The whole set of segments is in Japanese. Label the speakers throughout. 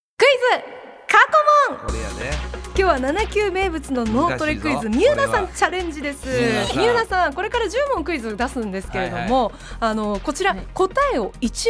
Speaker 1: ズ過去問
Speaker 2: これやね
Speaker 1: 今日は7級名物の脳トレクイズ
Speaker 2: 難しいぞ
Speaker 1: 三浦さんチャレンジです
Speaker 2: こ
Speaker 1: 三
Speaker 2: れは
Speaker 1: 浦さんこれから10問クイズ出すんですけれども、あのこちら、答えを1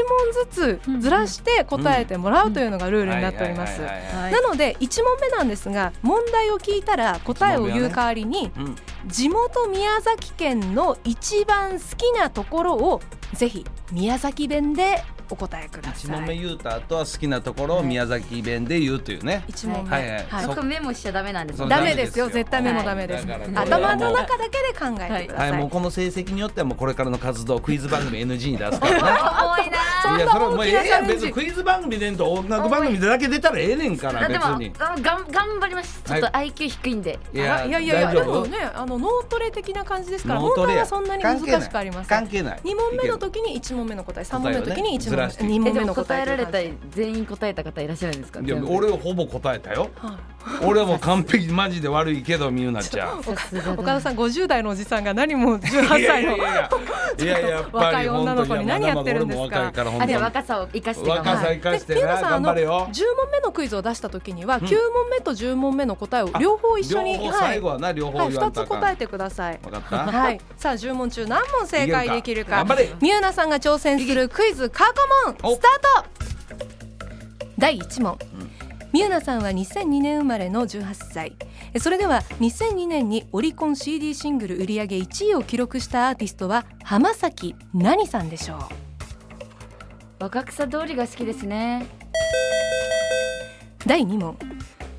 Speaker 1: 問ずつずらして答えてもらうというのがルールになっております
Speaker 2: はいはいはいはい
Speaker 1: なので1問目なんですが問題を聞いたら答えを言う代わりに、
Speaker 2: うん
Speaker 1: 地元宮崎県の一番好きなところをぜひ宮崎弁でお答えくだ
Speaker 2: 一
Speaker 1: さ
Speaker 2: 問目
Speaker 1: い
Speaker 2: 言うた後は好きなところを
Speaker 3: はい
Speaker 2: 宮崎弁で言うというね
Speaker 1: 一問目、
Speaker 2: はいはい
Speaker 1: はい
Speaker 2: そ
Speaker 3: 僕メモしちゃダメなんです
Speaker 2: そ
Speaker 3: ね
Speaker 2: う
Speaker 1: ダメですよ
Speaker 2: ダメですよ
Speaker 1: 絶対メモダメです、
Speaker 2: はいだからこれ
Speaker 1: 頭
Speaker 2: はもう
Speaker 1: の中だけで考えてくださ
Speaker 2: は
Speaker 1: い、
Speaker 2: いもうこの成績によってはもうこれからの活動クイズ番組 NG に出 すからね
Speaker 3: 重いなあ
Speaker 2: いやそれはもうええや
Speaker 1: 大きな
Speaker 2: ん
Speaker 1: チャレンジ
Speaker 2: 別にクイズ番組でんと音楽番組でだけ出たらええねんから
Speaker 3: あ
Speaker 2: 別
Speaker 3: でもあ
Speaker 2: に
Speaker 3: がん頑張りますちょっと IQ 低いんで
Speaker 2: い
Speaker 1: あいやいやいや
Speaker 2: 大
Speaker 1: で
Speaker 2: 丈
Speaker 1: も
Speaker 2: 夫
Speaker 1: ねあの脳トレ的な感じですから
Speaker 2: 脳
Speaker 1: 本
Speaker 2: トレ
Speaker 1: 題
Speaker 2: や
Speaker 1: はそんなに難しくありません
Speaker 2: 関係ない
Speaker 1: 二問目の時に一問目の答え三問目の時に一
Speaker 2: ず
Speaker 1: 問
Speaker 2: らして
Speaker 1: 目二
Speaker 3: え
Speaker 1: 問目
Speaker 3: でも
Speaker 1: の答
Speaker 3: 答
Speaker 1: え
Speaker 3: えられた
Speaker 1: という
Speaker 3: 全員答えた方いらっしゃるんですか
Speaker 2: いや
Speaker 3: 全部
Speaker 2: 俺はほぼ答えた よ
Speaker 1: 感じ
Speaker 2: 俺はもう完璧マジで悪いけどみゆなちゃ ん
Speaker 1: はい
Speaker 3: さすがだな
Speaker 1: 岡田さん50代のおじさんが何も18歳の
Speaker 2: いやいやいやいややっ
Speaker 1: 若
Speaker 2: ぱり本当
Speaker 1: い女の子に何やってるんですか
Speaker 2: まだまだ俺も若いから本
Speaker 3: あ
Speaker 2: 当に
Speaker 3: でも若さを生かして頑張
Speaker 2: 若
Speaker 3: る
Speaker 2: さ生かして
Speaker 1: で
Speaker 2: な
Speaker 1: ピエロさんあ
Speaker 2: 頑
Speaker 1: の
Speaker 2: 張れよ
Speaker 1: 10問目のクイズを出した時には9問目と10問目の答えを両方一緒に
Speaker 2: 両方
Speaker 1: は
Speaker 2: 最
Speaker 1: い
Speaker 2: 後はな両
Speaker 1: は
Speaker 2: 方
Speaker 1: い
Speaker 2: 言わ
Speaker 1: 2
Speaker 2: んと
Speaker 1: つ
Speaker 2: あかん
Speaker 1: 答えてください
Speaker 2: わかった
Speaker 1: はいさあ10問中何問正解できるか
Speaker 2: 頑張れ
Speaker 1: 三浦さんが挑戦するクイズ過去問
Speaker 2: お
Speaker 1: スタート第1問、三浦さんは2002年生まれの18歳えそれでは2002年にオリコン CD シングル売り上げ1位を記録したアーティストは浜崎何さんでしょう
Speaker 3: 若草通りが好きですね
Speaker 1: 第2問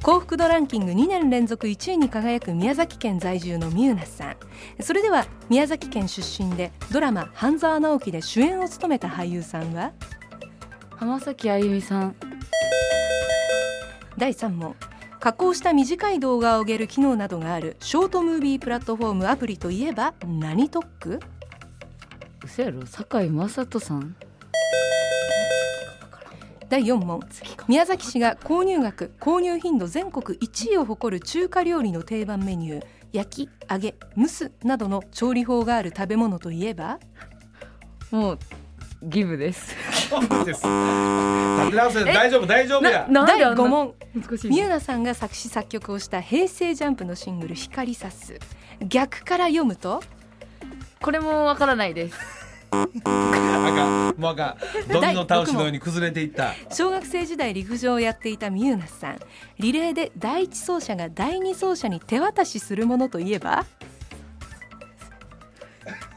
Speaker 1: 幸福度ランキング2年連続1位に輝く宮崎県在住のミューナさんそれでは宮崎県出身でドラマ「半沢直樹」で主演を務めた俳優さんは
Speaker 3: 浜崎あゆみさん
Speaker 1: 第3問加工した短い動画を上げる機能などがあるショートムービープラットフォームアプリといえば何特区
Speaker 3: 嘘やろ堺雅人さん
Speaker 1: 第4問宮崎市が購入額購入頻度全国1位を誇る中華料理の定番メニュー焼き揚げ蒸すなどの調理法がある食べ物といえば
Speaker 3: もうギブです
Speaker 2: そうです立て直せ大丈夫大丈夫や
Speaker 3: な
Speaker 1: 第5問
Speaker 3: 難しい
Speaker 1: 三浦さんが作詞作曲をした平成ジャンプのシングル「光さす」逆から読むと
Speaker 3: これもわからないです
Speaker 2: あかんもう あかんドミノ倒しのように崩れていった
Speaker 1: 小学生時代陸上をやっていた三浦さんリレーで第一走者が第二走者に手渡しするものといえば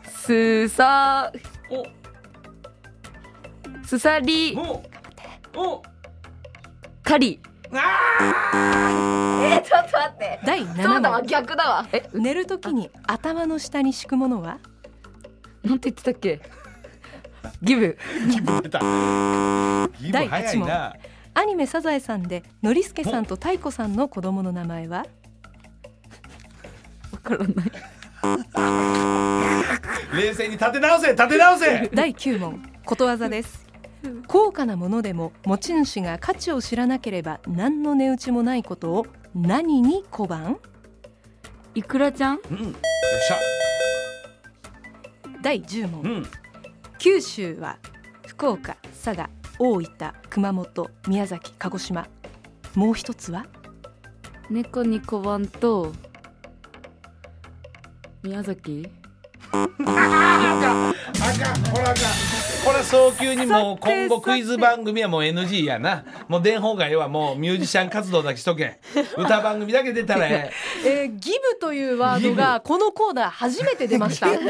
Speaker 3: すさ
Speaker 2: お
Speaker 3: すさり
Speaker 2: もうお
Speaker 3: かり
Speaker 2: あ
Speaker 3: えちょっと待って
Speaker 1: 第
Speaker 3: そう
Speaker 1: 7
Speaker 3: だわ
Speaker 1: 問
Speaker 3: 逆だわえ
Speaker 1: 寝る時に頭の下に敷くものは
Speaker 3: なんて言ってたっけギブ
Speaker 2: ー出たギブ
Speaker 1: 第
Speaker 2: 早
Speaker 1: 八
Speaker 2: い
Speaker 1: 問
Speaker 2: な
Speaker 1: アニメ「サザエさん」でノリスケさんと太子さんの子供の名前は
Speaker 3: わからない
Speaker 2: 冷静に立て直せ立て直せ
Speaker 1: 第9問ことわざです高価なものでも持ち主が価値を知らなければ何の値打ちもないことを何に小判
Speaker 3: いくらちゃん
Speaker 2: うんよっしゃ
Speaker 1: 第10問
Speaker 2: うん
Speaker 1: 九州は福岡佐賀大分熊本宮崎鹿児島もう一つは
Speaker 3: 猫に小判と宮崎
Speaker 2: あかんほらあかんこれは早急にもう今後クイズ番組はもう NG やなもう電報外はもうミュージシャン活動だけしとけ歌番組だけ出たらえ
Speaker 1: えー、ギブというワードがこのコーナー初めて出ま した
Speaker 2: え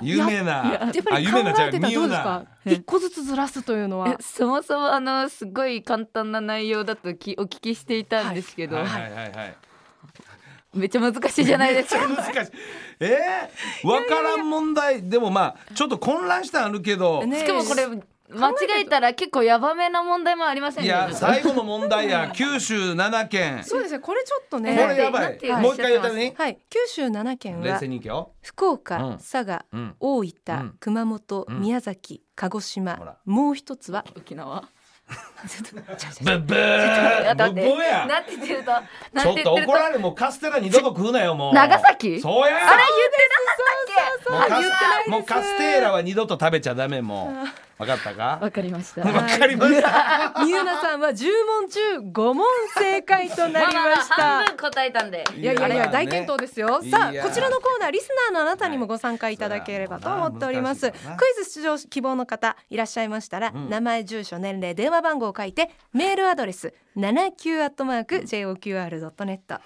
Speaker 2: 有名な
Speaker 1: やっぱり考
Speaker 2: 有名なちゃ
Speaker 1: えてたら
Speaker 2: ミ
Speaker 1: どう
Speaker 2: ュ
Speaker 1: です
Speaker 2: な
Speaker 1: か一個ずつずらすというのは
Speaker 3: そもそもあのすごい簡単な内容だときお聞きしていたんですけど、
Speaker 2: はいはいは いはい
Speaker 3: めっちゃ難しいじゃないです か
Speaker 2: 難しいえー、分からん問題でもまあちょっと混乱したんあるけど、
Speaker 1: ね
Speaker 3: しかもこれ間違えたら結構ヤバめな問題もありません
Speaker 2: いや最後の問題や九州7県こ
Speaker 1: そうですねこれちょっとね
Speaker 3: えー
Speaker 2: れや
Speaker 3: な
Speaker 2: ば
Speaker 3: ん
Speaker 2: い
Speaker 3: て言う
Speaker 2: もう一回言ったのに
Speaker 1: はい九州7県
Speaker 2: 冷
Speaker 1: は
Speaker 2: 静にいけよ
Speaker 1: 福岡、
Speaker 2: うん
Speaker 1: 佐賀、
Speaker 2: うん
Speaker 1: 大分、
Speaker 2: うん
Speaker 1: 熊本、
Speaker 2: ん
Speaker 1: 宮崎鹿児島
Speaker 2: ほら
Speaker 1: もう一つは
Speaker 3: 沖縄
Speaker 2: ブブ
Speaker 3: だ
Speaker 2: ー
Speaker 3: って
Speaker 2: ブブーや
Speaker 3: なんて言ってるとなん
Speaker 2: ちょってと
Speaker 3: 言
Speaker 2: 怒
Speaker 3: ってると
Speaker 2: られもうカステラ二度と食うなよもう
Speaker 3: 長崎
Speaker 2: そうや
Speaker 3: あれ言ってなかったっけで
Speaker 2: も
Speaker 1: 言って
Speaker 2: うカ
Speaker 1: ないで
Speaker 2: ス
Speaker 1: す
Speaker 2: もうカステーラは二度と食べちゃダメもう分かったか
Speaker 3: わかりました
Speaker 2: わかりました
Speaker 1: みゆなさんは10問中5問正解となりまし
Speaker 3: まあまあ
Speaker 1: た
Speaker 3: 半分答えたんで
Speaker 1: いやいやい
Speaker 2: まあ
Speaker 1: や
Speaker 2: ね
Speaker 1: 大健闘ですよ
Speaker 2: いや
Speaker 1: さあこちらのコーナーリスナーのあなたにもご参加いただければと思っております
Speaker 2: はい
Speaker 1: ク
Speaker 2: そりゃ難し
Speaker 1: イズ出
Speaker 2: いからな
Speaker 1: 場希望の方いらっしゃいましたら名前住所年齢電話番号を書いてメールアドレス 79@joqr.net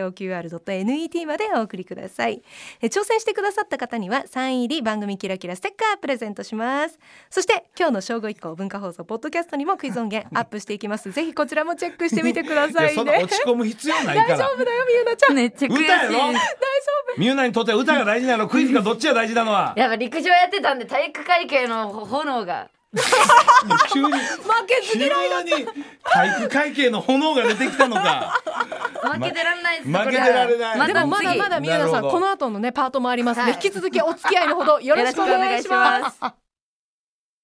Speaker 1: 79@joqr.net までお送りくださいえ挑戦してくださった方にはサイン入り番組キラキラステッカープレゼントしますそして今日の正午以降文化放送ポッドキャストにもクイズ音源アップしていきますぜひこちらもチェックしてみてくだ
Speaker 2: い
Speaker 1: さ
Speaker 2: や
Speaker 1: い
Speaker 2: そんな
Speaker 1: ね
Speaker 2: 落ち込む必要ない
Speaker 1: 大
Speaker 2: か
Speaker 1: 丈
Speaker 2: ら
Speaker 1: 夫だよみゆなちゃん
Speaker 3: めっちゃ悔しい
Speaker 2: 歌やろ
Speaker 3: です
Speaker 2: みゆなにとっては歌が大事なのクイズがどっちが大事なの は
Speaker 3: やっぱ陸上やってたんで体育会系の炎が
Speaker 2: 急に
Speaker 1: 負け
Speaker 2: 急に体育会系の炎が出てきたのか
Speaker 3: 負けてらんないです、
Speaker 2: ま
Speaker 3: これ
Speaker 2: 負
Speaker 3: は
Speaker 2: けてられない
Speaker 3: ま
Speaker 1: で
Speaker 3: た
Speaker 1: もまだまだみゆな
Speaker 2: な
Speaker 1: さん
Speaker 2: るほど
Speaker 1: この後のねパートもありますね、
Speaker 3: はい
Speaker 1: 引き続きお付き合いのほどよろしくお願いします
Speaker 3: す